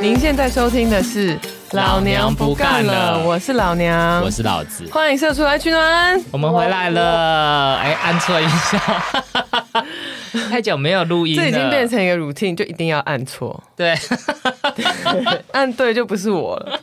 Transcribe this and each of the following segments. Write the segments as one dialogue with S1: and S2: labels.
S1: 您现在收听的是《老娘不干了》，我是老娘，
S2: 我是老子，
S1: 欢迎社畜来取暖。
S2: 我们回来了，哎，按错一下， 太久没有录音了，
S1: 这已经变成一个 routine，就一定要按错，
S2: 对。
S1: 按对就不是我了。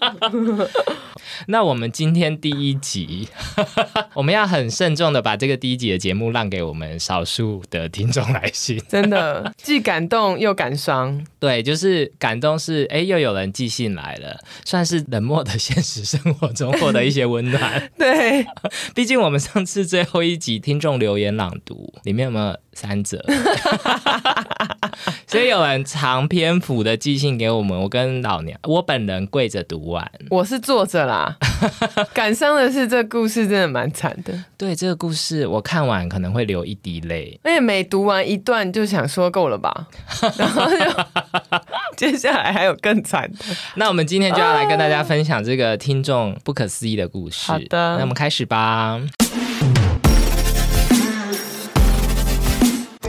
S2: 那我们今天第一集， 我们要很慎重的把这个第一集的节目让给我们少数的听众来信。
S1: 真的，既感动又感伤。
S2: 对，就是感动是，哎，又有人寄信来了，算是冷漠的现实生活中获得一些温暖。
S1: 对，
S2: 毕竟我们上次最后一集听众留言朗读里面有没有三折？ 所以有人长篇幅的寄信给我们，我跟老娘，我本人跪着读完。
S1: 我是作者啦。感伤的是，这故事真的蛮惨的，
S2: 对这个故事，我看完可能会流一滴泪。
S1: 而且每读完一段就想说够了 吧，然后就接下来还有更惨的。
S2: 那我们今天就要来跟大家分享这个听众不可思议的故事。
S1: 好的
S2: 那我们开始吧。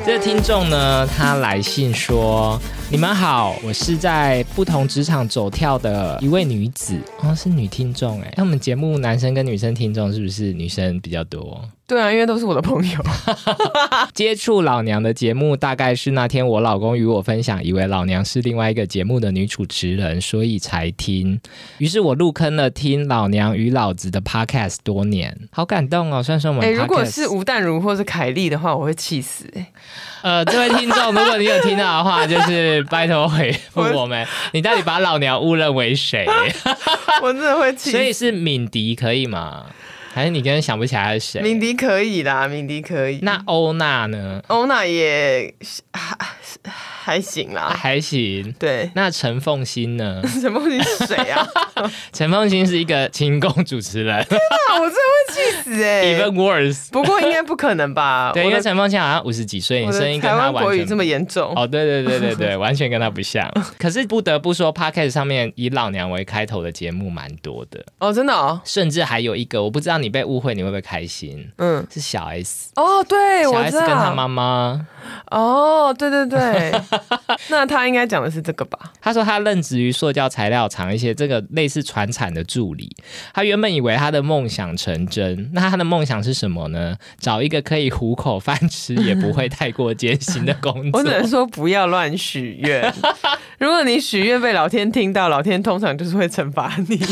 S2: 这个听众呢，他来信说：“你们好，我是在不同职场走跳的一位女子，哦，是女听众哎。那我们节目男生跟女生听众是不是女生比较多？
S1: 对啊，因为都 是我的朋友。
S2: 接触老娘的节目，大概是那天我老公与我分享，以为老娘是另外一个节目的女主持人，所以才听。于是我入坑了听老娘与老子的 podcast 多年，好感动哦！算是我们
S1: 哎、
S2: podcast、
S1: 如果是吴淡如或是凯莉的话，我会气死、 哎，
S2: 呃，这位听众，如果你有听到的话，就是拜托回复我们，你到底把老娘误认为 谁？
S1: 我真的会气
S2: 所以
S1: 死。
S2: 是敏迪可以吗？还是你根本想不起来是谁？
S1: 敏迪可以啦，敏迪可以。
S2: 那欧娜呢？
S1: 欧娜也还还行啦，
S2: 啊还行。
S1: 对，
S2: 那陈凤欣呢？
S1: 什么你是谁 啊？
S2: 陈凤欣是一个清宫主持人。
S1: 啊，我真的会气死哎、
S2: Even worse，
S1: 不过应该不可能吧？
S2: 对，因
S1: 我
S2: 为
S1: 的
S2: 陈凤倩好像五十几岁，
S1: 我
S2: 你声
S1: 的
S2: 音跟
S1: 台
S2: 她
S1: 湾国
S2: 完
S1: 语
S2: 全
S1: 这么严重，
S2: 哦，对对对对 对，完全跟她不像。可是不得不说，Podcast 上面以老娘为开头的节目蛮多的，
S1: 哦，真的哦，
S2: 甚至还有一个，我不知道你被误会你会不会开心，
S1: 嗯，
S2: 是小 S，
S1: 哦，对，
S2: 小
S1: 我
S2: S
S1: 知
S2: 跟她
S1: 道，
S2: 妈妈，
S1: 哦，对对 对，那他应该讲的是这个吧？
S2: 她说她任职于塑胶材料厂一些这个类似船产的助理，她原本以为她的梦想成真，那她的梦想是什么呢？找一个可以糊口饭吃也不会太过艰辛的工 作。
S1: 我只能说不要乱许愿，如果你许愿被老天听到，老天通常就是会惩罚 你。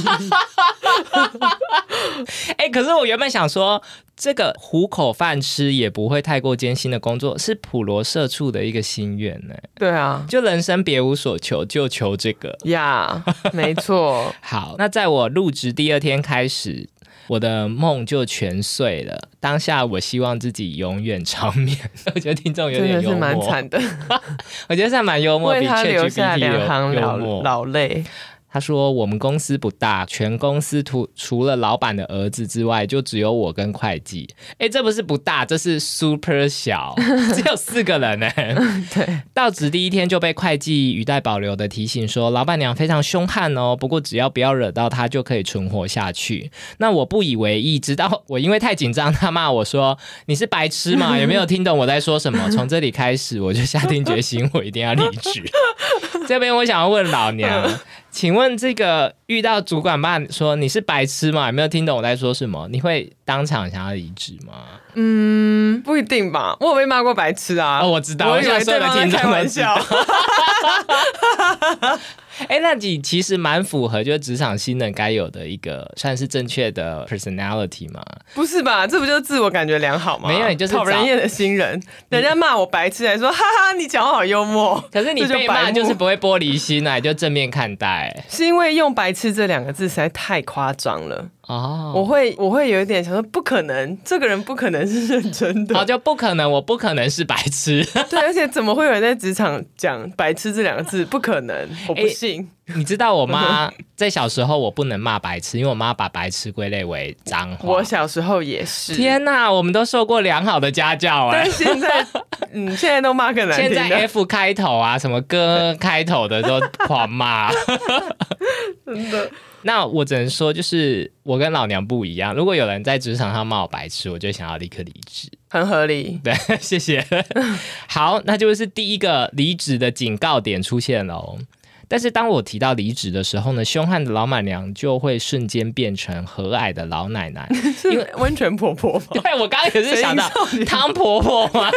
S2: 哎、可是我原本想说，这个糊口饭吃也不会太过艰辛的工作，是普罗社畜的一个心愿呢、
S1: 对啊，
S2: 就人生别无所求，就求这个。
S1: 呀、没错，
S2: 好，那在我入职第二天开始，我的梦就全碎了。当下我希望自己永远长眠。 我觉得听众有
S1: 真的
S2: 点
S1: 是
S2: 幽
S1: 蛮
S2: 默，
S1: 惨的，
S2: 我觉得算蛮幽默，
S1: 为
S2: 比
S1: 他留下
S2: ChatGPT
S1: 两行
S2: 幽
S1: 老
S2: 默。
S1: 老泪。
S2: 他说：“我们公司不大，全公司除除了老板的儿子之外，就只有我跟会计。哎，这不是不大，这是 super 小， 只有四个人呢。
S1: 对，
S2: 到职第一天就被会计语带保留的提醒说，老板娘非常凶悍哦，不过只要不要惹到她，就可以存活下去。那我不以为意，直到我因为太紧张，他骂我说：你是白痴吗？有没有听懂我在说什么？从这里开始，我就下定决心，我一定要离职。 这边我想要问老娘，请问这个遇到主管骂你说你是白痴吗？有没有听懂我在说什么？你会当场想要离职吗？
S1: 嗯，不一定吧？我有被骂过白痴啊！
S2: 哦，我知道，
S1: 我以
S2: 现在
S1: 为
S2: 所有
S1: 对
S2: 的
S1: 方在
S2: 听众
S1: 开
S2: 都
S1: 玩
S2: 知道
S1: 笑。
S2: 哎、那你其实蛮符合就是职场新人该有的一个算是正确的 personality 嘛？
S1: 不是吧？这不就是自我感觉良好吗？
S2: 没有你就是
S1: 讨人
S2: 找
S1: 厌的新人，人家骂我白痴，还说哈哈，你讲话好幽默。
S2: 可是你
S1: 这就
S2: 被
S1: 白
S2: 骂
S1: 目
S2: 就是不会玻璃心啊，你就正面看待
S1: 是因为用“白痴”这两个字实在太夸张了，
S2: 哦。
S1: 我会我会有一点想说，不可能，这个人不可能是认真
S2: 哦，
S1: 的，
S2: 就不可能，我不可能是白痴。
S1: 对，而且怎么会有人在职场讲“白痴”这两个字？不可 能，我不信。
S2: 你知道我妈在小时候我不能骂白痴，因为我妈把白痴归类为脏话。
S1: 我小时候也是，
S2: 天呐，我们都受过良好的家教哎、
S1: 但现 在，嗯，现在都骂更难听
S2: 现
S1: 的。
S2: 在 F 开头啊，什么歌开头的都 狂骂。
S1: 真的，
S2: 那我只能说，就是我跟老娘不一样。如果有人在职场上骂我白痴，我就想要立刻离职。
S1: 很合理。
S2: 对，谢谢。好，那就是第一个离职的警告点出现喽。哦但是当我提到离职的时候呢，凶悍的老板娘就会瞬间变成和蔼的老奶 奶。
S1: 是温泉婆婆吗？
S2: 对我刚刚也是想到
S1: 谁知道你
S2: 汤婆婆 嘛。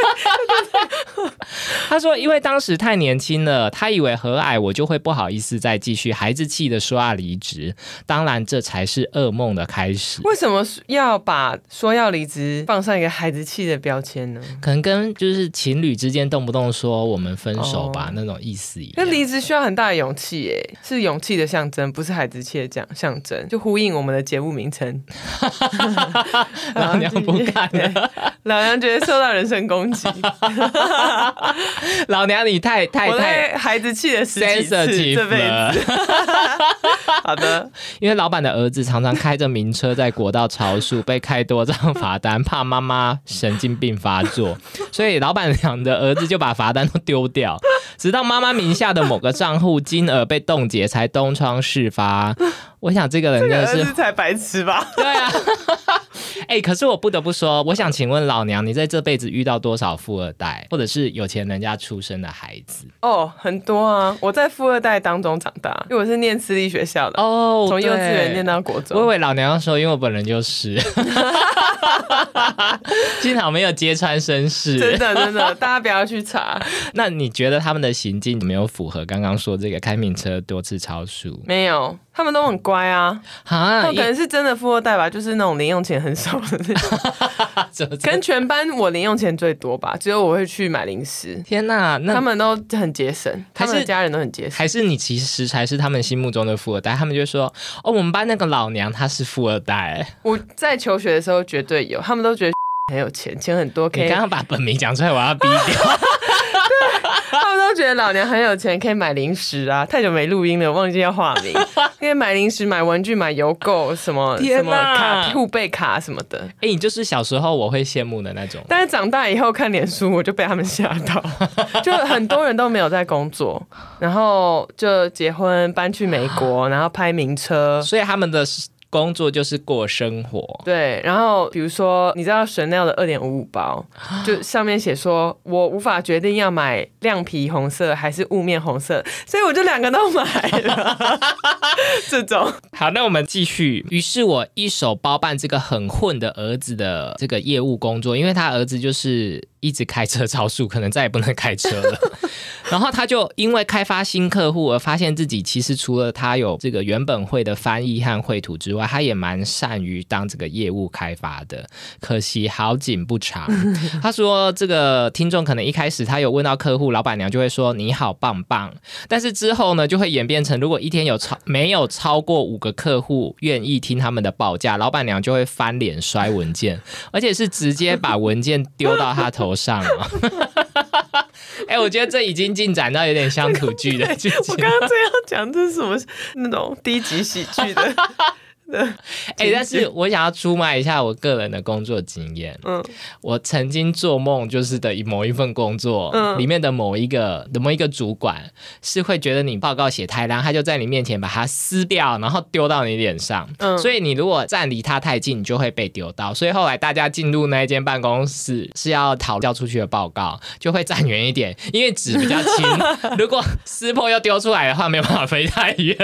S2: 她说，因为当时太年轻了，她以为和蔼，我就会不好意思再继续，孩子气的说要离职。当然，这才是噩梦的开始。
S1: 为什么要把说要离职放上一个孩子气的标签呢？啊
S2: 可能跟就是情侣之间动不动说我们分手吧、
S1: 哦
S2: 那种意思一
S1: 那
S2: 样。
S1: 离职需要很大的勇气，耶，是勇气的象征，不是孩子气的象象征，就呼应我们的节目名称。
S2: 老娘不干了，
S1: 老娘觉得受到人身攻 击，
S2: 老娘你太太
S1: 我
S2: 太
S1: 在孩子气的十几
S2: sensitive
S1: 次，这辈子。
S2: 了。
S1: 好的，
S2: 因为老板的儿子常常开着名车在国道超速，被开多张罚单，怕妈妈神经病发作，所以老板娘的儿子就把罚单都丢掉，直到妈妈名下的某个账户金额被冻结，才东窗事发。我想这个人真
S1: 儿
S2: 的是
S1: 子才白痴吧？
S2: 对啊， 哎、可是我不得不说，我想请问老娘，你在这辈子遇到多少富二代，或者是有钱人家出生的孩子？
S1: 哦，很多啊！我在富二代当中长大，因为我是念私立学校的，
S2: 哦
S1: 从幼稚园念。到国
S2: 我以
S1: 中。
S2: 为老娘要说，因为我本 人就是，幸好没有揭穿身
S1: 真
S2: 世。
S1: 的 真的，大家不要去查，
S2: 那你觉得他们的行径有没有符合刚刚说这个开名车多次超速？
S1: 没有，他们都很乖啊。他
S2: 啊，
S1: 们可能是真的富二代吧，就是那种零用钱很少的那种。
S2: 怎么
S1: 可能全班我零用钱最多吧，只有我会去买零食。
S2: 天哪、
S1: 他
S2: 那
S1: 们都很节省，他们的
S2: 还是
S1: 家人都很节省。
S2: 还是你其实才是他们心目中的富二代？他们就说，哦，我们班那个老娘她是富二代。
S1: 我在求学的时候绝对有，他们都觉得很有钱，钱很多，可
S2: 你
S1: 以
S2: 刚，刚把本名讲出来，我要逼 掉。
S1: 他们都觉得老娘很有钱，可以买零食啊。太久没录音了，忘记要化 名，可以买零食、买文具、买邮购什么
S2: 天
S1: 什么
S2: 哪
S1: 卡、护贝卡什么的。
S2: 哎、你就是小时候我会羡慕的那 种。
S1: 但是长大以后看脸书，我就被他们吓到，就很多人都没有在工作，然后就结婚搬去美国，然后拍名车。
S2: 所以他们的工作就是过生活。
S1: 对，然后比如说，你知道 Chanel 的二点五五包，就上面写说我无法决定要买亮皮红色还是雾面红色，所以我就两个都买了。这种
S2: 好，那我们继续。于是我一手包办这个很混的儿子的这个业务工作，因为他儿子就是一直开车超速，可能再也不能开车了。然后他就因为开发新客户而发现自己其实除了他有这个原本会的翻译和绘图之外，他也蛮善于当这个业务开发的。可惜好景不长， 他说这个听众可能一开始他有问到客户，老板娘就会说你好棒棒，但是之后呢就会演变成如果一天有超没有超过五个客户愿意听他们的报价，老板娘就会翻脸摔文件， 而且是直接把文件丢到他头上 了。哎、我觉得这已经进展到有点乡土剧的剧
S1: 我
S2: 情。
S1: 刚刚这样讲，这是什么那种低级喜剧的？
S2: 哎、但是我想要出卖一下我个人的工作经验。
S1: 嗯，
S2: 我曾经做梦，就是的某一份工作、
S1: 嗯
S2: 里面的某一个的某一个主管是会觉得你报告写太烂，他就在你面前把它撕掉，然后丢到你脸上。
S1: 嗯
S2: 所以你如果站离他太近，你就会被丢到。所以后来大家进入那一间办公室是要讨掉出去的报告，就会站远一点，因为纸比 较轻。如果撕破又丢出来的话，没有办法飞太远。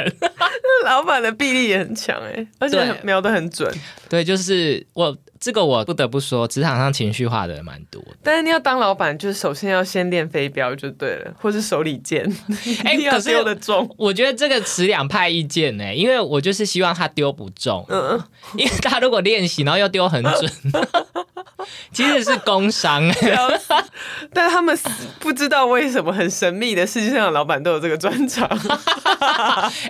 S1: 老板的臂力也很强哎、而且
S2: 对
S1: 瞄得很准。
S2: 对，就是我这个我不得不说，职场上情绪化的人蛮多的
S1: 但是你要当老板，就是首先要先练飞镖就对了，或是手里 剑，
S2: 哎
S1: 一定要
S2: 可是
S1: 丢得中。
S2: 我觉得这个持两派意见呢、因为我就是希望他丢不中，
S1: 嗯，
S2: 因为他如果练习，然后又丢很准， 其实是工伤、欸。
S1: 笑死 但他们死不知道为什么很神秘的世界上的老板都有这个专长，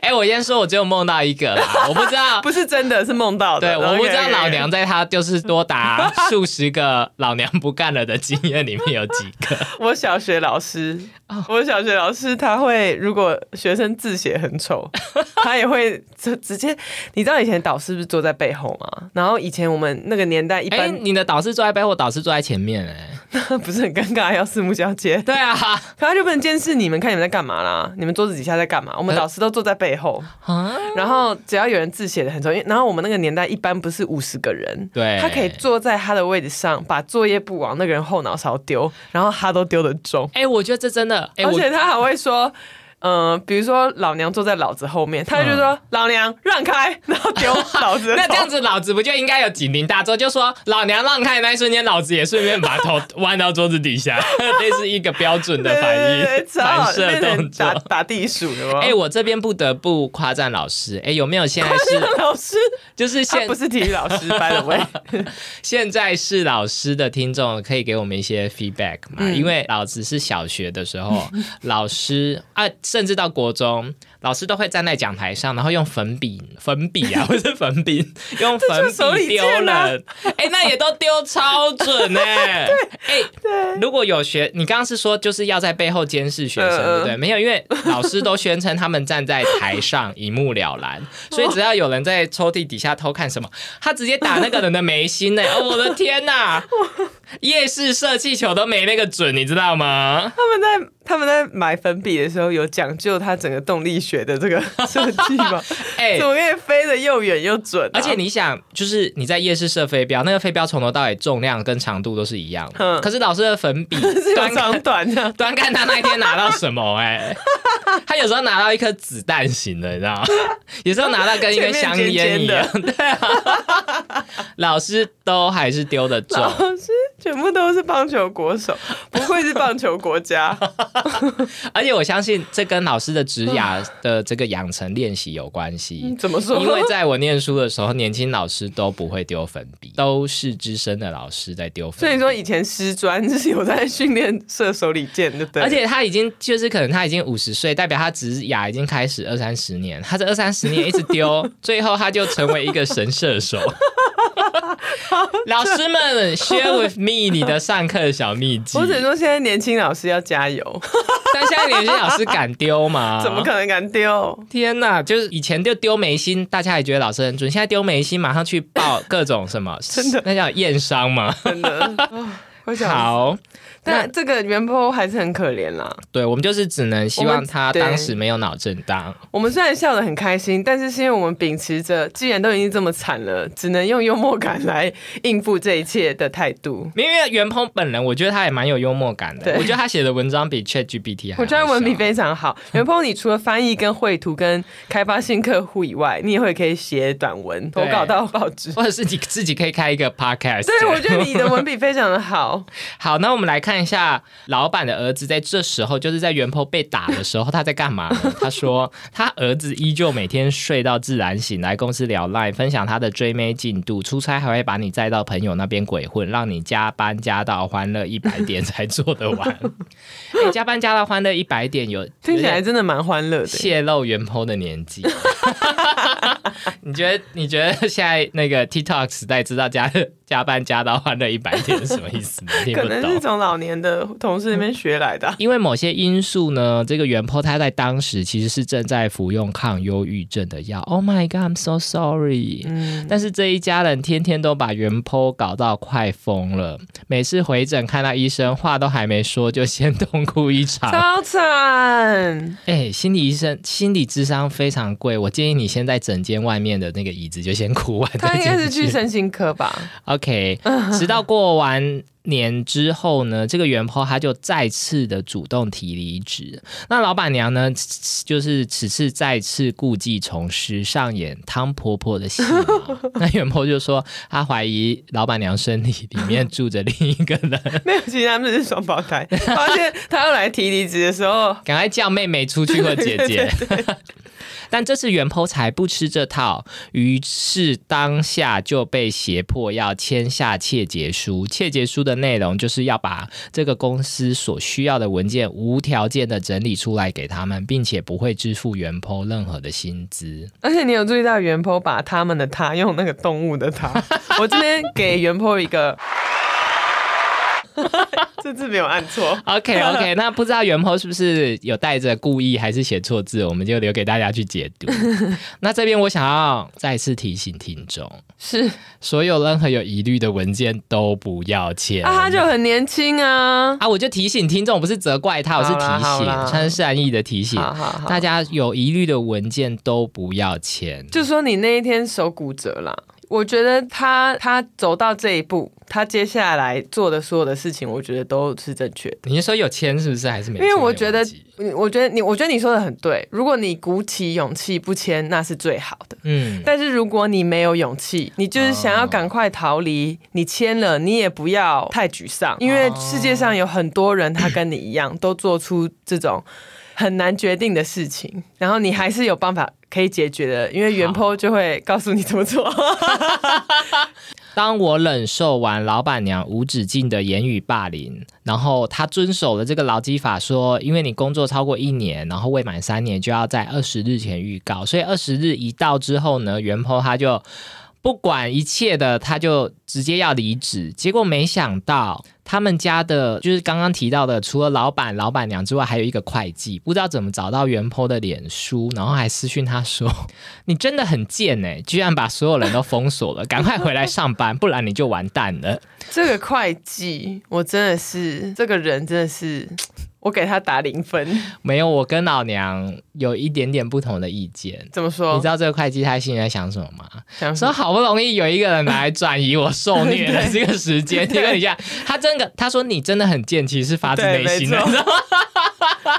S2: 哎、我先说，我只有梦到一个啦，我不知 道，
S1: 不是真的是梦到的。
S2: 对，我不知道
S1: OK，OK，OK
S2: 老娘在他就是多达数十个老娘不干了的经验里面有几个。
S1: 我小学老师，我小学老师他会，如果学生字写很 丑，他也会直直接。你知道以前导师不是坐在背后吗？然后以前我们那个年代 一
S2: 哎、
S1: 般、
S2: 你的导师坐在背后，导师坐在前面、哎，
S1: 不是很尴尬，要四目交接，
S2: 对啊，
S1: 可他就不能监视你们，看你们在干嘛啦？你们桌子底下在干嘛？我们
S2: 呃
S1: 导师都坐在背后，
S2: 啊，
S1: 然后只要有人字写的很丑，因为然后我们那个年代一般不是五十个人，
S2: 对，
S1: 他可以坐在他的位置上，把作业簿往那个人后脑勺丢，然后他都丢得中。
S2: 哎、我觉得这真的，哎、
S1: 而
S2: 我
S1: 且他还会说：“嗯、比如说老娘坐在老子后面，他就说、老娘让开， 然后丢老子的头。
S2: 嗯 那这样子，老子不就应该有警铃大作？就说老娘让开的那一瞬间，老子也顺便把头弯到桌子底下， 这是一个标准的
S1: 对
S2: 反
S1: 对对
S2: 应
S1: 对，超好
S2: 反射
S1: 那
S2: 动
S1: 种打
S2: 作。
S1: 打地鼠的吗？
S2: 哎、我这边不得不夸赞老师，哎、有没有现在是
S1: 老师，
S2: 就是
S1: 他
S2: 现
S1: 啊不是体育老师，by the way，
S2: 现在是老师的听众，可以给我们一些 feedback 嘛？
S1: 嗯
S2: 因为老子是小学的 时候，老师啊，甚至到国中，老师都会站在讲台上，然后用粉笔、粉 笔啊，不是粉笔，用粉
S1: 手
S2: 笔
S1: 里
S2: 丢
S1: 剑
S2: 人。
S1: 啊
S2: 哎、那也都丢超准 呢、欸。哎、如果有学，你刚刚是说就是要在背后监视学生，
S1: 嗯嗯
S2: 对不对？没有，因为老师都宣称他们站在台上，一目了 然，所以只要有人在抽屉底下偷看什么，他直接打那个人的眉 心呢、哦，我的天哪、夜市射气球都没那个准，你知 道吗？
S1: 他们在他们在买粉笔的时候有讲究它整个动力学的这个 设计吗？
S2: 哎、
S1: 怎么可以飞得又远又准啊、
S2: 而且你想，就是你在夜市射飞镖，那个飞镖从头到尾重量跟长度都是一样的，
S1: 嗯
S2: 可是老师的粉笔
S1: 是有
S2: 端看
S1: 长短啊的，
S2: 端看他那一天拿到什么 哎、他有时候拿到一颗子弹型的，你 知道吗？有时候拿到跟一根香烟一样，对啊。老师都还是丢的中，
S1: 老师 全部都是棒球国 手，不愧是棒球国家。
S2: 而且我相信这跟老师的职涯的这个养成练习有关系。
S1: 怎么说？
S2: 因为在我念书的时候，年轻老师都不会丢粉笔，都是资深的老师在丢粉笔。
S1: 所以说以前师专是有在训练射手里剑，对不对？
S2: 而且他已经就是可能他已经五十岁，代表他职涯已经开始二三十年，他这二三十年一直丢， 最后他就成为一个神射手。老师们，share with me 你的上课小秘籍。
S1: 我只能说现在年轻老师要加油，
S2: 但现在年轻老师敢丢吗？
S1: 怎么可能敢丢？
S2: 天呐！就是以前就丢眉心，大家也觉得老师很准，现在丢眉心马上去报各种什么，
S1: 真的
S2: 那叫验伤吗？
S1: 真 的。啊我想，
S2: 好，
S1: 但这个袁波还是很可怜啦。
S2: 对我们就是只能希
S1: 我
S2: 望
S1: 们
S2: 他
S1: 对
S2: 当时没有脑震荡。
S1: 我们虽然笑得很开心，但是是因为我们秉持着既然都已经这么惨了，只能用幽默感来应付这一切的态 度。
S2: 因为袁鹏本人，我觉得他也蛮有幽默感的。
S1: 对
S2: 我觉得他写的文章比 ChatGPT 还好
S1: 我觉得文笔
S2: 笑
S1: 非常好。袁鹏，你除了翻译、跟绘图、跟开发新客户以外，你也会可以写短文投
S2: 对
S1: 稿到报纸。
S2: 或者是你自己可以开一个 podcast。
S1: 对，我觉得你的文笔非常的好。
S2: 好，那我们来看一下老板的儿子在这时候，就是在袁鹏被打的时候，他在干嘛呢？他说他儿子依旧每天睡到自然醒，来公司聊 line，分享他的追妹进度，出差还会把你载到朋友那边鬼混，让你加班加到欢乐一百点才做得完。哎加班加到欢乐一百点有
S1: 听起
S2: 有点
S1: 来真的蛮欢 乐的。
S2: 泄露袁剖的年纪。 你觉得你觉得现在那个 TikTok 时代知道加加班加到欢乐一百天是什么意思吗？听
S1: 可
S2: 不
S1: 能是
S2: 懂。
S1: 从老年的同事那边学来的啊、
S2: 因为某些因素呢，这个袁剖他在当时其实是正在服用抗忧郁症的药。Oh my god, I'm so sorry。
S1: 嗯，
S2: 但是这一家人天天都把袁剖搞到快疯了，每次回诊看到医生，话都还没说就先痛哭一场。
S1: 超惨。
S2: 哎、心理医生、心理智商非常贵，我建议你先在诊间外面的那个椅子就先 哭完
S1: 他
S2: 再
S1: 应该是
S2: 进
S1: 去
S2: 去。
S1: 身心科吧？
S2: OK，直到过完年之后呢，这个袁坡他就再次的主动提离职。那老板娘呢，此就是此次再次故技重施，上演汤婆婆的戏码。那袁坡就说，他怀疑老板娘身体里面住着另一个人，
S1: 没有，其实他们是双胞胎。发现他要来提离职的时候，
S2: 赶快叫妹妹出去或姐姐。但这次袁剖才不吃这套，于是当下就被胁迫要签下切结书。切结书的内容就是要把这个公司所需要的文件无条件的整理出来给他们，并且不会支付袁剖任何的薪资。
S1: 而且你有注意到袁坡把他们的他用那个动物的他，我这边给袁坡一个， 这次没有按错。
S2: OK OK，那不知道袁剖是不是有带着故意还是写错字，我们就留给大家去解 读。那这边我想要再次提醒听众。
S1: 是
S2: 所有任何有疑虑的文件都不要签。
S1: 啊，他就很年轻啊。
S2: 啊我就提醒听众，我不是责怪他，我是提
S1: 好啦好
S2: 醒，
S1: 啦
S2: 穿善意的提醒，
S1: 好好好，
S2: 大家有疑虑的文件都不要签。
S1: 就说你那一天手骨折啦，我觉得他他走到这一步，他接下来做的所有的事情，我觉得都是正确的。
S2: 你是说有签是不是？还是没
S1: 因
S2: 签？
S1: 为我觉得
S2: 忘记，
S1: 嗯我觉得你，我觉得你说的很对。如果你鼓起勇气不签，那是最好的。
S2: 嗯，
S1: 但是如果你没有勇气，你就是想要
S2: 哦
S1: 赶快逃离，你签了，你也不要太沮丧，因为世界
S2: 哦
S1: 上有很多人他跟你一样，都做出这种很难决定的事情，然后你还是有办法可以解决的，因为原 po 就会告诉你怎么做。
S2: 当我忍受完老板娘无止境的言语霸凌，然后她遵守了这个劳基法说，因为你工作超过一年，然后未满三年就要在二十日前预告，所以二十日一到之后呢，袁坡他就不管一切的，他就直接要离职。结果没想到他们家的，就是刚刚提到的，除了老板、老板娘之外，还有一个会计，不知道怎么找到袁坡的脸书，然后还私讯他说。你真的很贱哎、居然把所有人都封锁了， 赶快回来上班，不然你就完蛋了。
S1: 这个会计，我真的是这个人真的是，我给他打零分。
S2: 没有，我跟老娘有一点点不同的意见。
S1: 怎么
S2: 你
S1: 说
S2: 知？道这个会计他心里在想什么吗？
S1: 想
S2: 说好不容易有一个人来转移我受 虐的这个时间，结果你看他真的，他说你真的很贱，其实是发自内心
S1: 对没
S2: 的
S1: 错，
S2: 你知道吗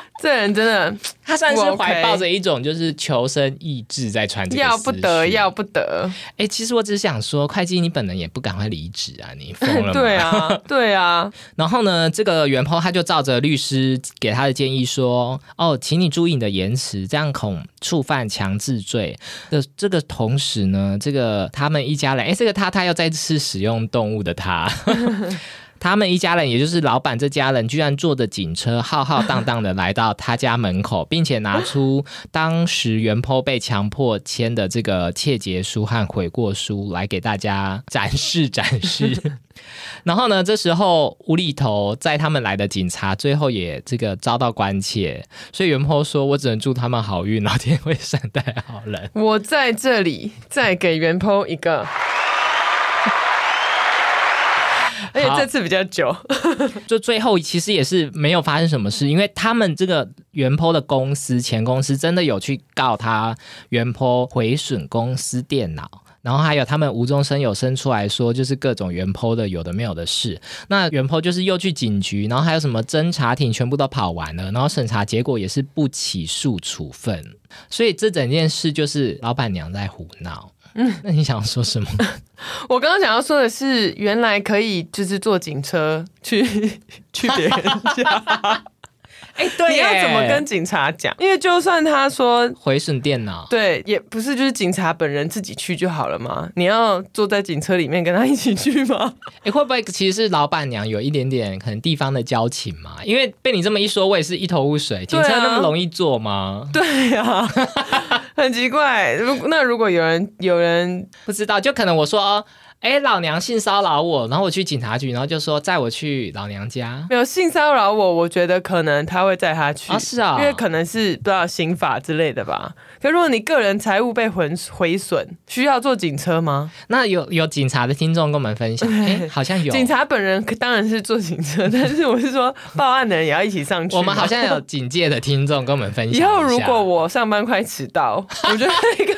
S1: 这人真的
S2: 他算是
S1: 我 OK
S2: 怀抱着一种就是求生意志在传这个
S1: 要不得，
S2: 思绪。
S1: 要不得。
S2: 哎、其实我只是想说，会计你本人也不赶快离职啊，你疯了吗？
S1: 对啊，对啊，
S2: 然后呢，这个袁抛他就照着律师给他的建议说：“哦，请你注意你的言辞，这样恐触犯强制罪。”的这个同时呢，这个他们一家人，哎，这个他他又再次使用动物的他。 他们一家人，也就是老板这家人，居然坐着警车浩浩荡荡的来到他家门口，并且拿出当时袁坡被强迫签的这个窃结书和悔过书来给大家展示展示。然后呢，这时候无厘头在他们来的警察最后也这个遭到关切，所以袁坡说：“我只能祝他们好运，老天会善待好人。
S1: 我在这里再给袁剖一个。而且这次比较久，”
S2: 就最后其实也是没有发生什么事，因为他们这个袁坡的公司前公司真的有去告他袁坡毁损公司电脑。然后还有他们无中生有生出来说，就是各种原剖的有的没有的事。那原剖就是又去警局，然后还有什么侦查庭全部都跑完了，然后审查结果也是不起诉处分。所以这整件事就是老板娘在胡闹。嗯，那你想说什么？
S1: 我刚刚想要说的是，原来可以就是坐警车去 去别人家，
S2: 哎、
S1: 你要怎么跟警察讲？因为就算他说
S2: 回损电脑？
S1: 对，也不是就是警察本人自己去就好了嘛，你要坐在警车里面跟他一起去吗？
S2: 哎、会不会其实是老板娘有一点点可能地方的交情嘛？因为被你这么一说，我也是一头雾水。警
S1: 对啊
S2: 车那么容易做吗？
S1: 对呀、 很奇怪。如那如果有人有人
S2: 不知道，就可能我说，哦哎、老娘性骚扰我，然后我去警察局，然后就说载我去老娘家。
S1: 没有性骚扰我，我觉得可能他会载他去
S2: 啊是啊
S1: 因为可能是不知道刑法之类的吧。可如果你个人财物被毁毁损，需要坐警车吗？
S2: 那有有警察的听众跟我们分享，哎、好像有
S1: 警察本人可当然是坐警车， 但是我是说报案的人也要一起上去。
S2: 我们 好像。有警戒的听众跟我们分享一
S1: 以
S2: 下。
S1: 后如果我上班快迟到， 我就会跟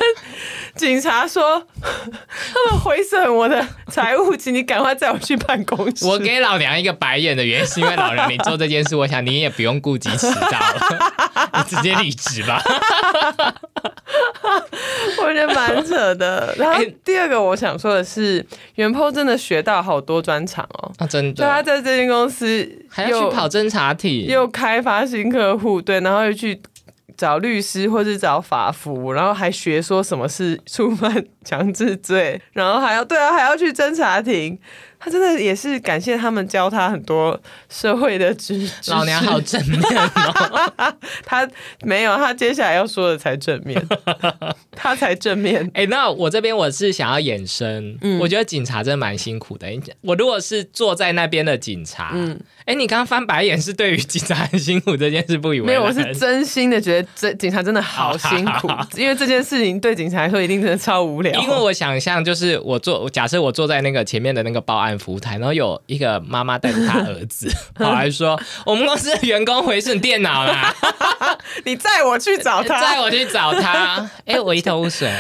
S1: 警察说， 他们毁损我的财物，请你赶快载我去办公室。
S2: 我给老娘一个白眼的原因，是因为老娘你做这件事，我想你也不用顾及迟到了， 你直接离职吧。
S1: 我觉得蛮扯的。然
S2: 哎
S1: 后第二个我想说的是，袁抛真的学到好多专长哦。
S2: 啊，真
S1: 就他
S2: 的，
S1: 在这间公司
S2: 还要
S1: 又
S2: 去跑侦查体，
S1: 又开发新客户，对，然后又去找律师或是找法服，然后还学说什么是触犯强制罪，然后还要对啊，还要去侦查庭。他真的也是感谢他们教他很多社会的知识。
S2: 老娘好正 面哦！
S1: 他没有，他接下来要说的才正 面，他才正面。
S2: 哎、那我这边我是想要衍生，
S1: 嗯
S2: 我觉得警察真的蛮辛苦的。哎我如果是坐在那边的警察，嗯，哎、你刚刚翻白眼是对于警察很辛苦这件事不以为
S1: 没有，我
S2: 然。
S1: 是真心的觉得这警察真的好辛 苦，因为这件事情对警察来说一定真的超无聊。
S2: 因为我想象就是我坐，假设我坐在那个前面的那个报案按服务台，然后有一个妈妈带着她 儿子跑来说：“我们公司的员工回损电脑啦，
S1: 你载我去 找他，
S2: 载我去找他。” 哎，我一头雾水，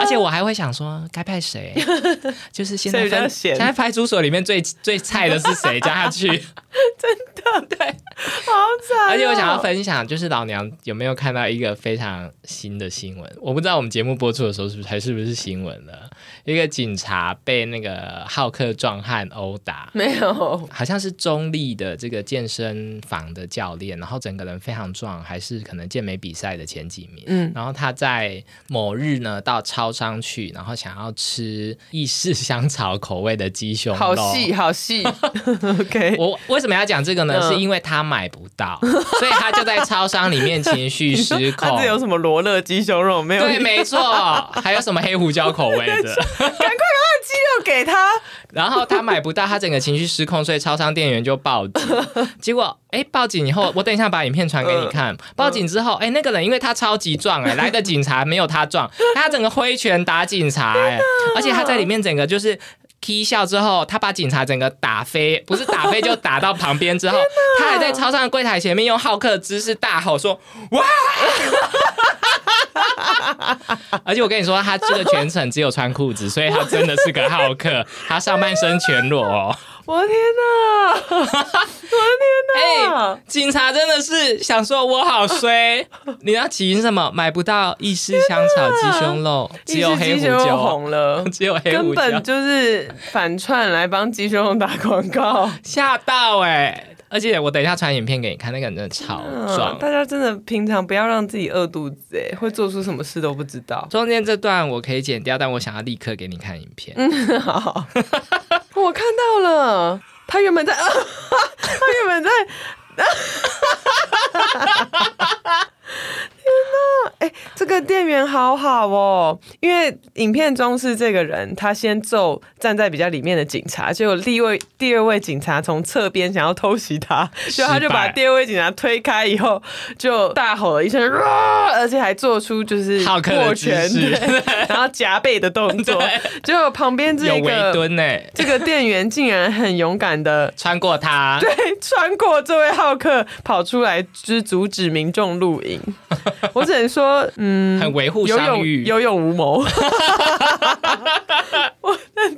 S2: 而且我还会想说该派谁，就是现在
S1: 谁比较
S2: 分
S1: 闲
S2: 现在派出所里面最最菜的是谁，叫他 去。
S1: 好惨哦、
S2: 而且我想要分享，就是老娘有没有看到一个非常新的新闻？我不知道我们节目播出的时候是不是还是不是新闻了。一个警察被那个好客壮汉殴打，
S1: 没有，
S2: 好像是中立的这个健身房的教练，然后整个人非常壮，还是可能健美比赛的前几名。
S1: 嗯，
S2: 然后他在某日呢到超商去，然后想要吃意式香草口味的鸡胸肉，
S1: 好细好 细，OK，
S2: 我为什么要讲这个呢？
S1: 嗯
S2: 是因为他买不到，所以他就在超商里面情绪失
S1: 他
S2: 控
S1: 这。有什么罗勒鸡胸肉没有？
S2: 对，没错，还有什么黑胡椒口 味的？
S1: 鸡肉给他，
S2: 然后他买不到，他整个情绪失控，所以超商店员就报警。结果，哎，报警以后，我等一下把影片传给你看。报警之后，哎，那个人因为他超级壮，哎，来的警察没有他壮，他整个挥拳打警察，哎，而且他在里面整个就是。踢笑之后，他把警察整个打飞，不是打飞就打到旁边之后，他还在超商的柜台前面用好客姿势大吼说：“而且我跟你说，他这个全程只有穿裤子，所以他真的是个好客，他上半身全裸、哦。
S1: 我的天哪，我的天
S2: 哎、
S1: 哪！
S2: 警察真的是想说我好衰，你要起因什么？买不到意式香草鸡 胸肉，只有黑
S1: 一时鸡胸
S2: 胡
S1: 肉
S2: 椒，
S1: 红了，
S2: 只有黑
S1: 根
S2: 胡椒
S1: 本，就是反串来帮鸡胸肉打广告。
S2: 吓到哎、而且我等一下传影片给你看，那个人真的超
S1: 嗯
S2: 壮，。
S1: 大家真的平常不要让自己饿肚子，哎，会做出什么事都不知道。
S2: 中间这段我可以剪掉，但我想要立刻给你看影片。
S1: 嗯好，我看到了，他原本在， 啊、他原本在， 啊、天哪！哎、这个店员好好哦，因为影片中是这个人，他先揍站在比较里面的警察，结果第一位第二位警察从侧边想要偷袭他，就他就把
S2: 失败
S1: 第二位警察推开以后，就大吼了一 声，啊而且还做出就是
S2: 好客
S1: 握
S2: 的姿
S1: 拳，
S2: 势
S1: 对然后夹背的动作， 结果旁边
S2: 有
S1: 这
S2: 围
S1: 个
S2: 蹲哎、
S1: 这个店员竟然很勇敢 的
S2: 穿过他，
S1: 对穿过这位好客，跑出来就是阻止民众露营。我只能说，嗯，
S2: 很维护
S1: 有
S2: 商
S1: 勇
S2: 誉。
S1: 嗯有勇无谋。我的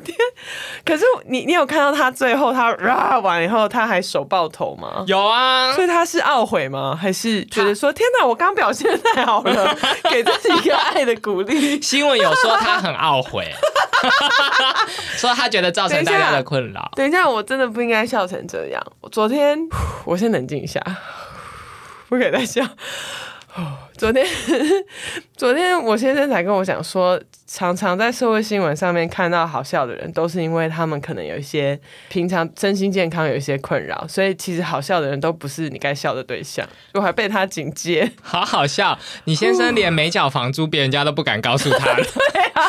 S1: 天！可是你你有看到他最后他啊完以后，他还手抱头 吗？
S2: 有啊，
S1: 所以他是懊悔吗？还是觉得说天哪，我刚表现得太好了，给自己一个爱的鼓励？
S2: 新闻有说他很懊悔， 说他觉得造成大家的困扰。
S1: 等一下，我真的不应该笑成这样。我昨天， 我先冷静一下， 不可以再笑。 昨天， 昨天我先生才跟我讲说，常常在社会新闻上面看到好笑的人，都是因为他们可能有一些平常身心健康有一些困扰，所以其实好笑的人都不是你该笑的对象。我还被他警戒，
S2: 好好笑，你先生连没缴房租，别人家都不敢告诉他了，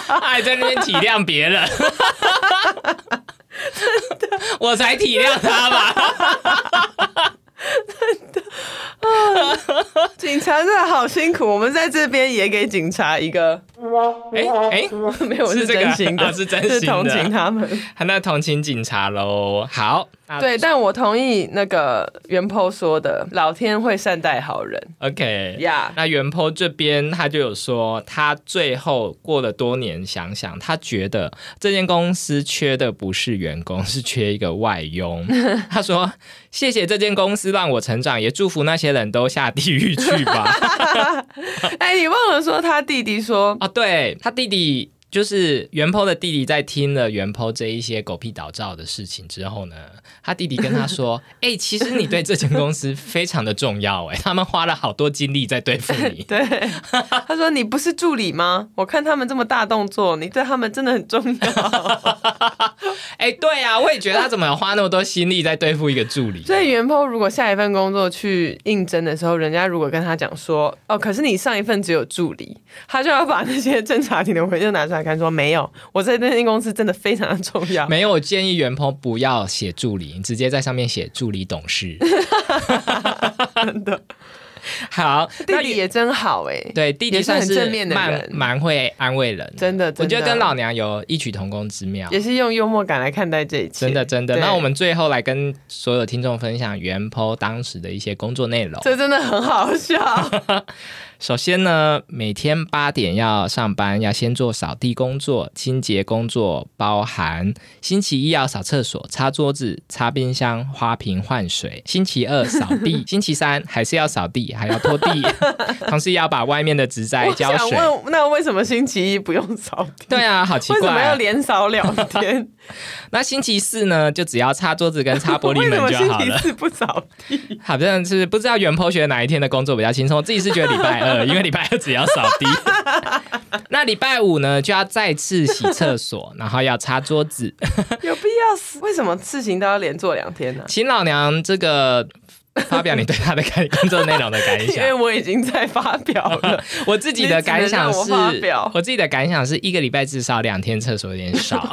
S2: 他还在那边体谅别人，我才体谅他吧。
S1: 警察真的好辛苦。我们在这边也给警察一个，
S2: 哎哎，
S1: 没有，我
S2: 是这个
S1: 真心的，
S2: 啊是真心的
S1: 是同情他们。
S2: 他那同情警察喽。好，那
S1: 对，但我同意那个袁坡说的，老天会善待好 人
S2: ，OK，
S1: 呀。
S2: 那袁坡这边他就有说，他最后过了多年想想，他觉得这间公司缺的不是员工，是缺一个外佣。他说：“谢谢这间公司让我成长，也祝福那些人都下地狱去吧。
S1: 哎、你忘了说他弟弟 说”
S2: 啊，对他弟弟。就是袁坡的弟弟，在听了袁坡这一些狗屁倒灶的事情之后呢，他弟弟跟 他说：“哎、其实你对这间公司非常的重要、哎，他 们花了好多精力在对付你。”
S1: 对，他说你不是助理吗？我看他们这么大动作，你对他们真的很重 要。
S2: 哎、对啊，我也觉得他怎么花那么多心力在对付一个 助理？
S1: 所以袁坡如果下一份工作去应征的时候，人家如果跟他讲说，哦，可是你上一份只有助理，他就要把那些侦查庭的文件拿出来看，说没有，我在那间公司真的非常的重要。
S2: 没有，我建议袁鹏不要写助理，你直接在上面写助理董事。
S1: 真的，
S2: 好，
S1: 弟
S2: 那
S1: 弟也真好哎、
S2: 对弟弟
S1: 也是很
S2: 算
S1: 正面的
S2: 蛮
S1: 人
S2: 蛮会安慰人的，
S1: 真的，
S2: 我
S1: 真的
S2: 觉得跟老娘有异曲同工之妙。
S1: 也是用幽默感来看待这一切，
S2: 真的真的，
S1: 对
S2: 那我们最后来跟所有听众分享原 PO 当时的一些工作内容。
S1: 这真的很好 笑。
S2: 首先呢，每天八点要上班，要先做扫地工作、清洁工作，包含星期一要扫厕所、擦桌子、擦冰箱、花瓶换水；星期二扫地， 星期三还是要扫地，还要拖地，同时也要把外面的植栽
S1: 我
S2: 浇
S1: 想
S2: 水。
S1: 问，那为什么星期一不用扫地？
S2: 对啊，好奇
S1: 为
S2: 怪
S1: 什么
S2: 啊、
S1: 要连扫两 天？
S2: 那星期四呢，就只要擦桌子跟擦玻璃
S1: 为什
S2: 门
S1: 么
S2: 就
S1: 星
S2: 好
S1: 期
S2: 了。
S1: 四不 扫地？
S2: 好像是不知道袁坡学哪一天的工作比较轻松，我自己是觉得礼拜二，因为礼拜二只要扫地。那礼拜五呢，就要再次洗厕所，然后要擦桌子。
S1: 有必要死？为什么事情都要连做两天呢、
S2: 请老娘这个发表你对他的感 工作内容的感
S1: 因为
S2: 想。
S1: 我已经在发表了，
S2: 我自己的感想
S1: 你只
S2: 是，
S1: 能让我发表
S2: 我自己的感想是一个礼拜至少两天厕所有点少。，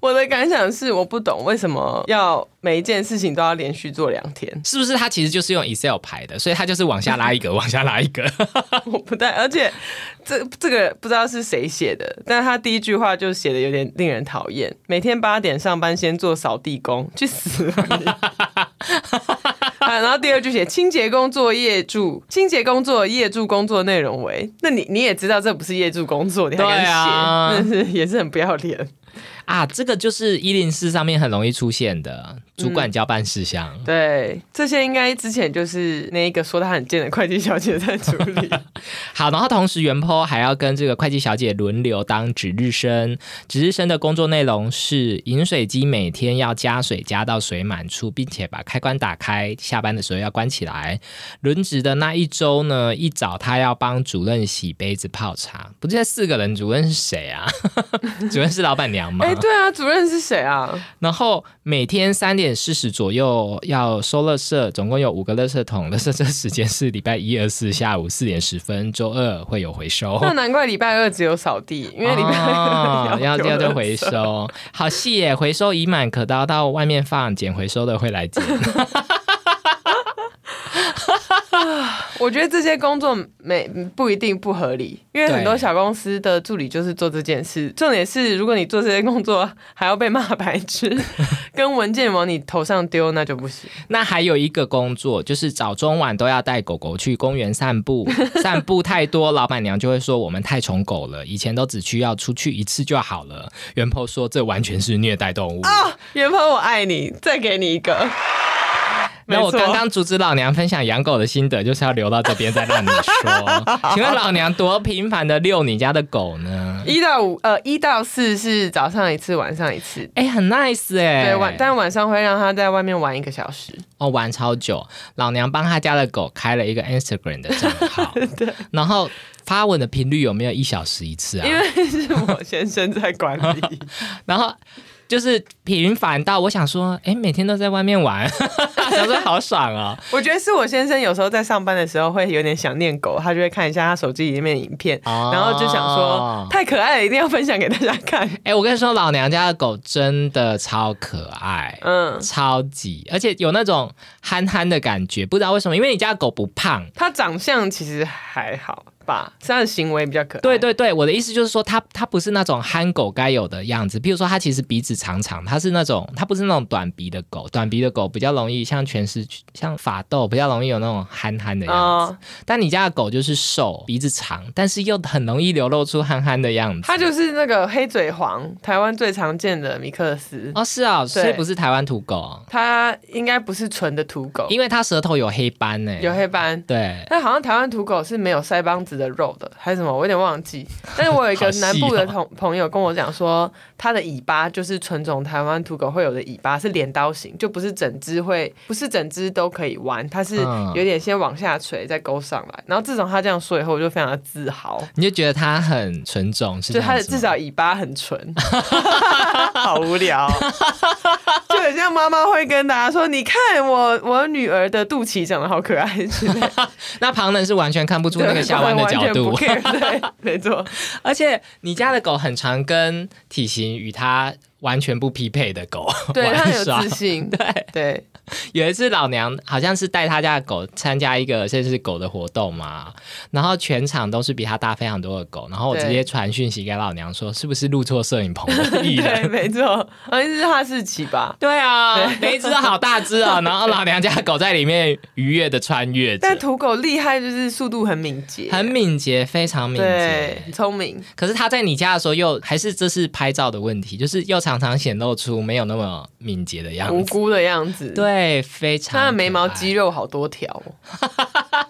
S1: 我的感想是，我不懂为什么要每一件事情都要连续做两天
S2: 是不是他其实就是用 Excel 排的，所以他就是往下拉 一格，往下拉一格。
S1: 我不太，而且这这个不知道是谁写的，但他第一句话就写的有点令人讨厌。每天八点上班，先做扫地工，去死吧你！ 啊，然后第二句写清洁工作业助，清洁工作业助工作内容为，那你你也知道这不是业助工作，你还敢
S2: 对
S1: 写，
S2: 啊
S1: 真是也是很不要脸。
S2: 啊，这个就是一零四上面很容易出现的主管交办事项。
S1: 对，这些应该之前就是那一个说她很贱的会计小姐在处 理。
S2: 好，然后同时袁坡还要跟这个会计小姐轮流当值日生，值日生的工作内容是饮水机每天要加水加到水满处，并且把开关打开，下班的时候要关起来。轮值的那一周呢，一早他要帮主任洗杯子泡茶，不记得四个人，主任是谁啊？ 主任是老板娘吗？
S1: 哎、对啊，主任是谁啊？
S2: 然后每天三点四十左右要收垃圾，总共有五个垃圾桶。垃圾这时间是礼拜一、二、四下午四点十分，周二会有回收。
S1: 那难怪礼拜二只有扫地，因为礼拜
S2: 哦
S1: 二
S2: 要
S1: 丢
S2: 要就
S1: 垃圾
S2: 回。收，好细耶！回收已满可刀到外面放，捡回收的会来捡。
S1: 我觉得这些工作没不一定不合理，因为很多
S2: 对
S1: 小公司的助理就是做这件事。重点是，如果你做这些工作还要被骂白 痴，跟文件往你头上丢，那就不行。
S2: 那还有一个工作，就是早中晚都要带狗狗去公园散步，散步太多，老板娘就会说我们太宠狗了，以前都只需要出去一次就好了。袁婆说这完全是虐待动物。
S1: 元芳，我爱你，再给你一 个。
S2: 那我
S1: 没错
S2: 刚刚阻止老娘分享养狗的心得，就是要留到这边再让你说。请问老娘多频繁的遛你家的狗呢？
S1: 一到五，呃，一到四是早上一次，晚上一次。
S2: 哎、很 nice 哎、
S1: 对，晚但晚上会让他在外面玩一个小时。
S2: 哦玩超久，老娘帮他家的狗开了一个 Instagram 的账 号，然后发文的频率有没有一小时一次啊？
S1: 因为是我先生在管理，
S2: 然后就是频繁到我想说，哎、每天都在外面玩， 想说好爽哦。
S1: 我觉得是我先生有时候在上班的时候会有点想念狗，他就会看一下他手机里面的影片，
S2: 哦
S1: 然后就想说太可爱了，一定要分享给大家看。
S2: 哎、我跟你说，老娘家的狗真的超可爱。
S1: 嗯，
S2: 超级，而且有那种憨憨的感觉，不知道为什么，因为你家的狗不胖。
S1: 他长相其实还好吧，是他的行为比较可爱。
S2: 对对对，我的意思就是说，它它不是那种憨狗该有的样子。比如说，它其实鼻子长长，它是那种它不是那种短鼻的狗，短鼻的狗比较容易像全是像法斗比较容易有那种憨憨的样子。
S1: 哦，
S2: 但你家的狗就是瘦，鼻子长，但是又很容易流露出憨憨的样子。
S1: 他就是那个黑嘴黄，台湾最常见的米克斯，
S2: 哦是啊、所以
S1: 对
S2: 不是台湾土狗，
S1: 它应该不是纯的土狗，
S2: 因为它舌头有黑斑呢、
S1: 有黑斑。
S2: 对，
S1: 但好像台湾土狗是没有腮帮子的肉的，还是什么？我有点忘记。但是我有一个
S2: 好细哦
S1: 南部的同朋友跟我讲说，他的尾巴就是纯种台湾土狗会有的尾巴，是镰刀型，就不是整只会，不是整只都可以弯，它是
S2: 嗯
S1: 有点先往下垂，再勾上来。然后自从他这样说以后，我就非常的自豪，
S2: 你就觉得它很纯种，是
S1: 就
S2: 这
S1: 他
S2: 样
S1: 的
S2: 子吗
S1: 至少尾巴很纯， 好无聊， 就很像妈妈会跟大家说，你看我我女儿的肚脐长得好可爱 之类的，
S2: 那旁人是完全看不出那个下弯的角
S1: 对
S2: 度
S1: 完，全不 care，对，没错。
S2: 而且你家的狗很常跟体型与它完全不匹配的狗
S1: 对他
S2: 玩
S1: 很有
S2: 耍
S1: 自。信，
S2: 对，
S1: 对，
S2: 有一次老娘好像是带他家的狗参加一个这是狗的活动嘛，然后全场都是比他大非常多的狗，然后我直
S1: 对
S2: 接传讯息给老娘说，是不是录错摄影棚 了？艺人
S1: 对，没错，好像是哈士奇吧。
S2: 对啊，每一只都好大 只哦，然后老娘家的狗在里面愉悦的穿越着
S1: 但，土狗厉害就是速度很敏捷，
S2: 很敏捷，非常敏捷
S1: 对。，聪明。
S2: 可是它在你家的时候又还是这是拍照的问题，就是又常常显露出没有那么敏捷的样
S1: 无
S2: 子。
S1: 辜的样子。，
S2: 对，非常可爱。
S1: 它的眉毛肌肉好多条、 哦，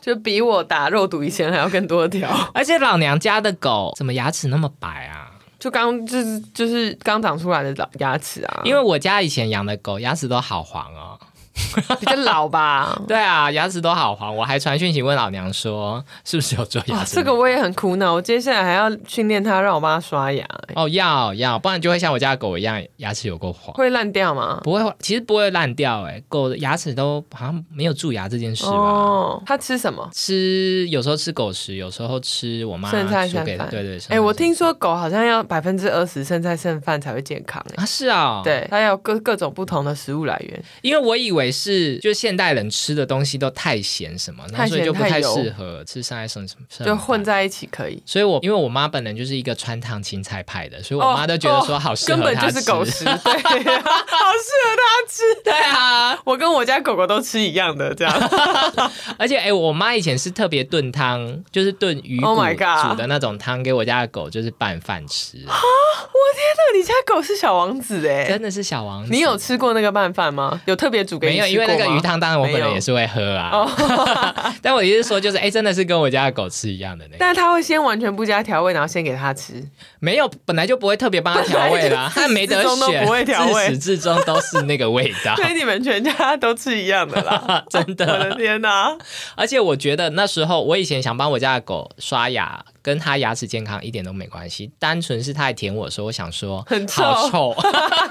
S1: 就比我打肉毒以前还要更多条。
S2: 而且老娘家的狗怎么牙齿那么白啊？
S1: 就刚就是就是刚长出来的老牙齿啊，
S2: 因为我家以前养的狗牙齿都好黄哦。。
S1: 比较老吧
S2: 对啊，牙齿都好黄，我还传讯息问老娘说是不是有做 牙
S1: 哇，哦
S2: 齿、
S1: 这个我也很苦恼，我接下来还要训练它，让我帮它刷牙、欸
S2: 哦要要，不然就会像我家的狗一样牙齿有够黄。
S1: 会烂掉吗？
S2: 不会，其实不会烂掉哎、狗的牙齿都好像没有蛀牙这件事吧。
S1: 哦，它吃什么？
S2: 吃有时候吃狗食，有时候吃我妈
S1: 剩菜
S2: 煮
S1: 剩
S2: 给的，
S1: 饭
S2: 对对。
S1: 哎、我听说狗好像要百分之二十剩菜剩饭才会健康、欸，
S2: 啊是啊、，
S1: 对，它要有各各种不同的食物来源。
S2: 因为我以为是就现代人吃的东西都太咸什么，然后
S1: 太
S2: 所以
S1: 咸
S2: 就不
S1: 太
S2: 太
S1: 油
S2: 适合吃上海剩什么，剩
S1: 就
S2: 饭
S1: 混。在一起可以，
S2: 所以我因为我妈本人就是一个川烫青菜派的，所以我
S1: 哦
S2: 妈都觉得说好适
S1: 根
S2: 合
S1: 本
S2: 她
S1: 就
S2: 吃。
S1: 是狗食，对， 好适合它吃。
S2: 对啊，
S1: 我跟我家狗狗都吃一样的，这 样
S2: 而且哎、我妈以前是特别炖汤，就是炖鱼骨
S1: Oh my god
S2: 煮的那种汤，给我家的狗就是拌饭吃，
S1: 那你家狗是小王子哎、
S2: 真的是小王子。
S1: 你有吃过那个拌饭吗？有特别煮给
S2: 没
S1: 你
S2: 有，
S1: 吃
S2: 因为
S1: 过吗？
S2: 那个鱼汤当然我本
S1: 没
S2: 人
S1: 有
S2: 也是会喝啊。
S1: 哦，
S2: 但我意思是说，就是哎、真的是跟我家的狗吃一样的那个，
S1: 但它会先完全不加调味，然后先给它 吃。
S2: 没有，本来就不会特别帮它调味 啦，它没得
S1: 自始至终
S2: 选，
S1: 都不会调味
S2: 自始至终都是那个味 道。
S1: 所以你们全家都吃一样的啦。
S2: 真
S1: 我的
S2: 的，
S1: 天哪、
S2: 而且我觉得那时候我以前想帮我家的狗刷牙，跟它牙齿健康一点都没关系，单纯是它来舔我的时候，我想说
S1: 很臭
S2: 好臭，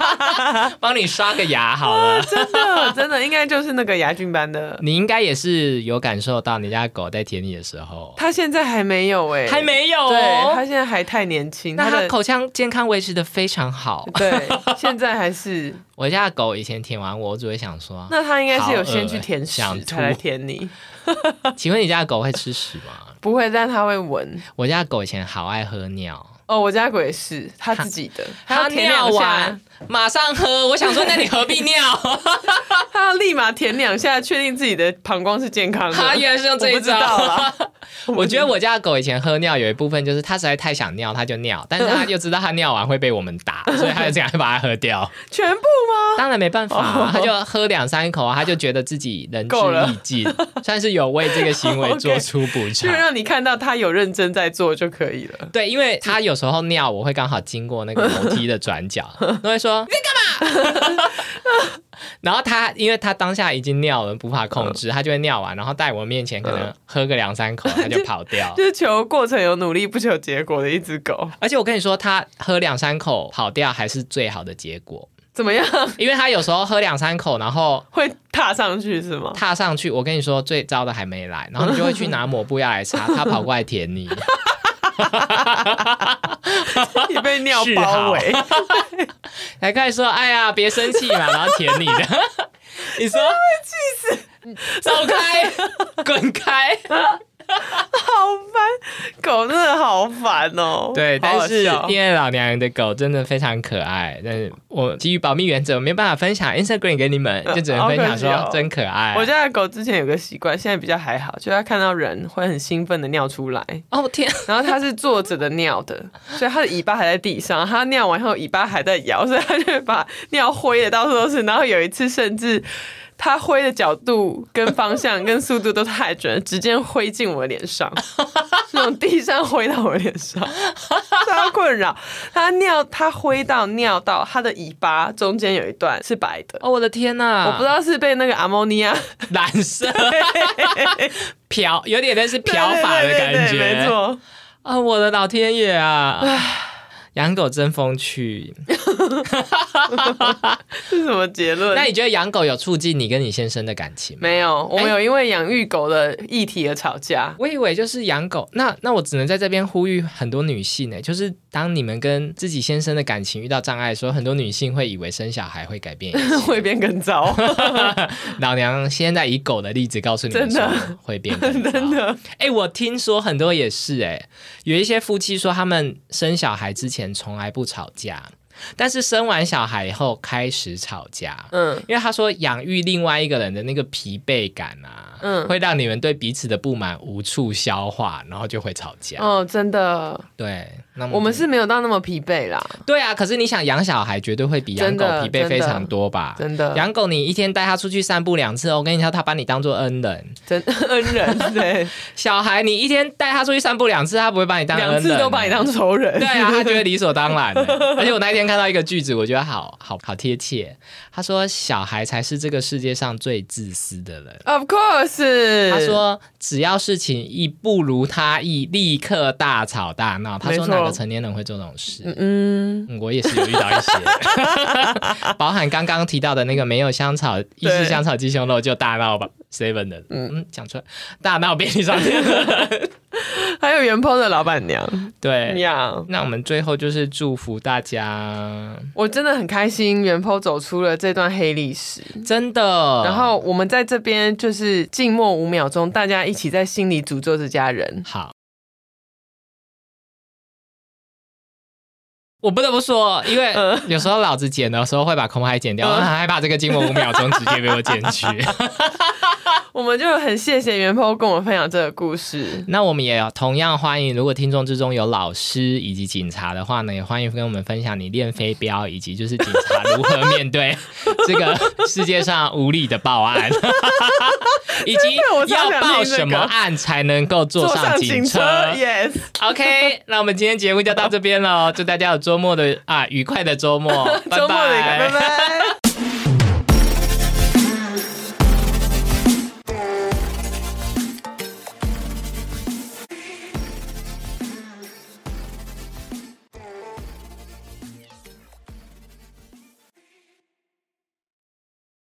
S2: 帮你刷个牙好 了。
S1: 真的真的应该就是那个牙菌斑的。
S2: 你应该也是有感受到你家狗在舔你的时候，
S1: 它现在还没有哎、
S2: 还没有、哦，
S1: 对，它现在还太年轻。
S2: 那
S1: 它
S2: 它
S1: 的
S2: 口腔健康维持的非常好。
S1: 对，现在还 是
S2: 我家的狗以前舔完我，我只会想说，
S1: 那它应该是有
S2: 好
S1: 先去
S2: 饿
S1: 舔屎
S2: 想
S1: 才来
S2: 吐
S1: 舔你，
S2: 请问你家的狗会吃屎吗？
S1: 不会，但它会闻。
S2: 我家的狗以前好爱喝尿，
S1: 哦，我家狗也是，它自己的，它
S2: 它
S1: 要舔
S2: 尿
S1: 两下
S2: 完，马上喝。我想说，那你何必尿？
S1: 它要立马舔两下，确定自己的膀胱是健康的。
S2: 它原来是用 这
S1: 我
S2: 一
S1: 不知道
S2: 招。
S1: 啦，
S2: 我觉得我家的狗以前喝尿有一部分就是它实在太想尿，它就尿，但是它又知道它尿完会被我们 打，所以它就这样把它喝掉。
S1: 全部吗？
S2: 当然没办法、啊它就喝两三口啊，它就觉得自己仁至
S1: 哦够了哦
S2: 义尽，算是有为这个 行为
S1: OK
S2: 做出补
S1: 就
S2: 偿。
S1: 让你看到它有认真在做就可以了。
S2: 对，因为他有时候尿，我会刚好经过那个楼梯的转 角，都会说你在干嘛？ 然后他，因为他当下已经尿了，无法控制，他就会尿完，然后在我面前可能喝个两三 口，嗯他就跑掉。
S1: 就是求过程有努力，不求结果的一只狗，
S2: 而且我跟你说，他喝两三口跑掉还是最好的结 果，
S1: 怎么样
S2: 因为他有时候喝两三口，然后
S1: 会踏上去是吗？
S2: 踏上去，我跟你说最糟的还没来，然后你就会去拿抹布要来擦，他跑过来舔你。
S1: 你被尿
S2: 是啊
S1: 包欸
S2: 好
S1: 围，
S2: 还开始说：“哎呀，别生气嘛，然后舔你 的。”你说气死，走开，滚开。
S1: 好烦，狗真的好烦哦。
S2: 对，
S1: 好好
S2: 但是
S1: 笑
S2: 因为老娘的狗真的非常可爱，但是我基于保密原则，没办法分享 Instagram 给你们，
S1: 嗯
S2: 就只能分享
S1: 好可惜
S2: 说
S1: 哦
S2: 真可爱。
S1: 我家的狗之前有个习惯，现在比较还好，就它看到人会很兴奋的尿出来，
S2: 哦天，
S1: 然后它是坐着的尿的，所以它的尾巴还在地上，它尿完后尾巴还在摇，所以它就会把尿挥的到处都是。然后有一次甚至。它挥的角度、跟方向、跟速度都太准了，直接挥进我的脸 上，那种地上挥到我的脸上，超困扰。它尿，它挥到尿到它的尾巴中间有一段是白的，
S2: 哦我的天呐、
S1: 我不知道是被那个阿莫尼亚
S2: 蓝 色漂，有点类似漂法的
S1: 对
S2: 感
S1: 对对
S2: 觉。
S1: 对没错。
S2: 啊、我的老天爷啊！养狗真风趣，
S1: 是什么结论
S2: 那？你觉得养狗有促进你跟你先生的感情吗？
S1: 没有，我们有因为养育狗的议题而吵架。
S2: 我以为就是养狗，那那我只能在这边呼吁很多女性呢、就是当你们跟自己先生的感情遇到障碍的时候，很多女性会以为生小孩 会改变一切
S1: 会变更糟，
S2: 老娘现在以狗的例子告诉你们
S1: 真
S2: 说
S1: 的
S2: 会变更 糟
S1: 真的，
S2: 哎、我听说很多也是哎、有一些夫妻说他们生小孩之前从来不吵架，但是生完小孩以后开始吵架。
S1: 嗯，
S2: 因为他说养育另外一个人的那个疲惫感啊，
S1: 嗯
S2: 会让你们对彼此的不满无处消化，然后就会吵架。
S1: 哦，真的，
S2: 对，那么
S1: 我们是没有到那么疲惫啦，
S2: 对啊，可是你想养小孩绝对会比养
S1: 真
S2: 狗
S1: 的
S2: 疲惫非常多吧？
S1: 真的，
S2: 养狗你一天带它出去散步两次，我跟你说，它把你当做恩人。
S1: 真 恩人，对，
S2: 小孩你一天带它出去散步两次，它不会把你当恩
S1: 两
S2: 人，
S1: 次都把你当仇人，
S2: 对啊，他觉得理所当然的。 而且我那一天看到一个句子，我觉得好好好贴切。他说：“小孩才是这个世界上最自私的人。
S1: ，Of course，”
S2: 他说：“只要事情一不如他意，立刻大吵大闹。”他说：“
S1: 没错
S2: 哪个成年人会做这种事？”
S1: 嗯，
S2: 嗯我也是有遇到一些，包含刚刚提到的那个没有香草意式香草鸡胸肉就大闹吧 seven 的，嗯，讲出来大闹便利商店的人，
S1: 还有元抛的老板娘
S2: 对。
S1: 呀，
S2: 那我们最后就是祝福大家，
S1: 我真的很开心，元抛走出了这段黑历史。
S2: 真的。
S1: 然后我们在这边就是静默五秒钟，大家一起在心里诅咒这家人。
S2: 好，我不得不说，因为
S1: 嗯
S2: 有时候老子剪的时候会把空拍剪掉，
S1: 嗯
S2: 我很害怕这个静默五秒钟直接被我剪 去。
S1: 我们就很谢谢元抛跟我们分享这个故事。
S2: 那我们也同样欢迎，如果听众之中有老师以及警察的话呢，也欢迎跟我们分享你练飞镖以及就是警察如何 面对这个世界上无理的报案，以
S1: 我
S2: 及
S1: 超
S2: 要
S1: 想
S2: 报
S1: 听这
S2: 什么
S1: 个
S2: 案才能够坐上警车。
S1: ，yes，
S2: OK，那我们今天 节目就到这边了，祝大家有周末的啊愉快的周末，拜
S1: 周末的一个，拜拜。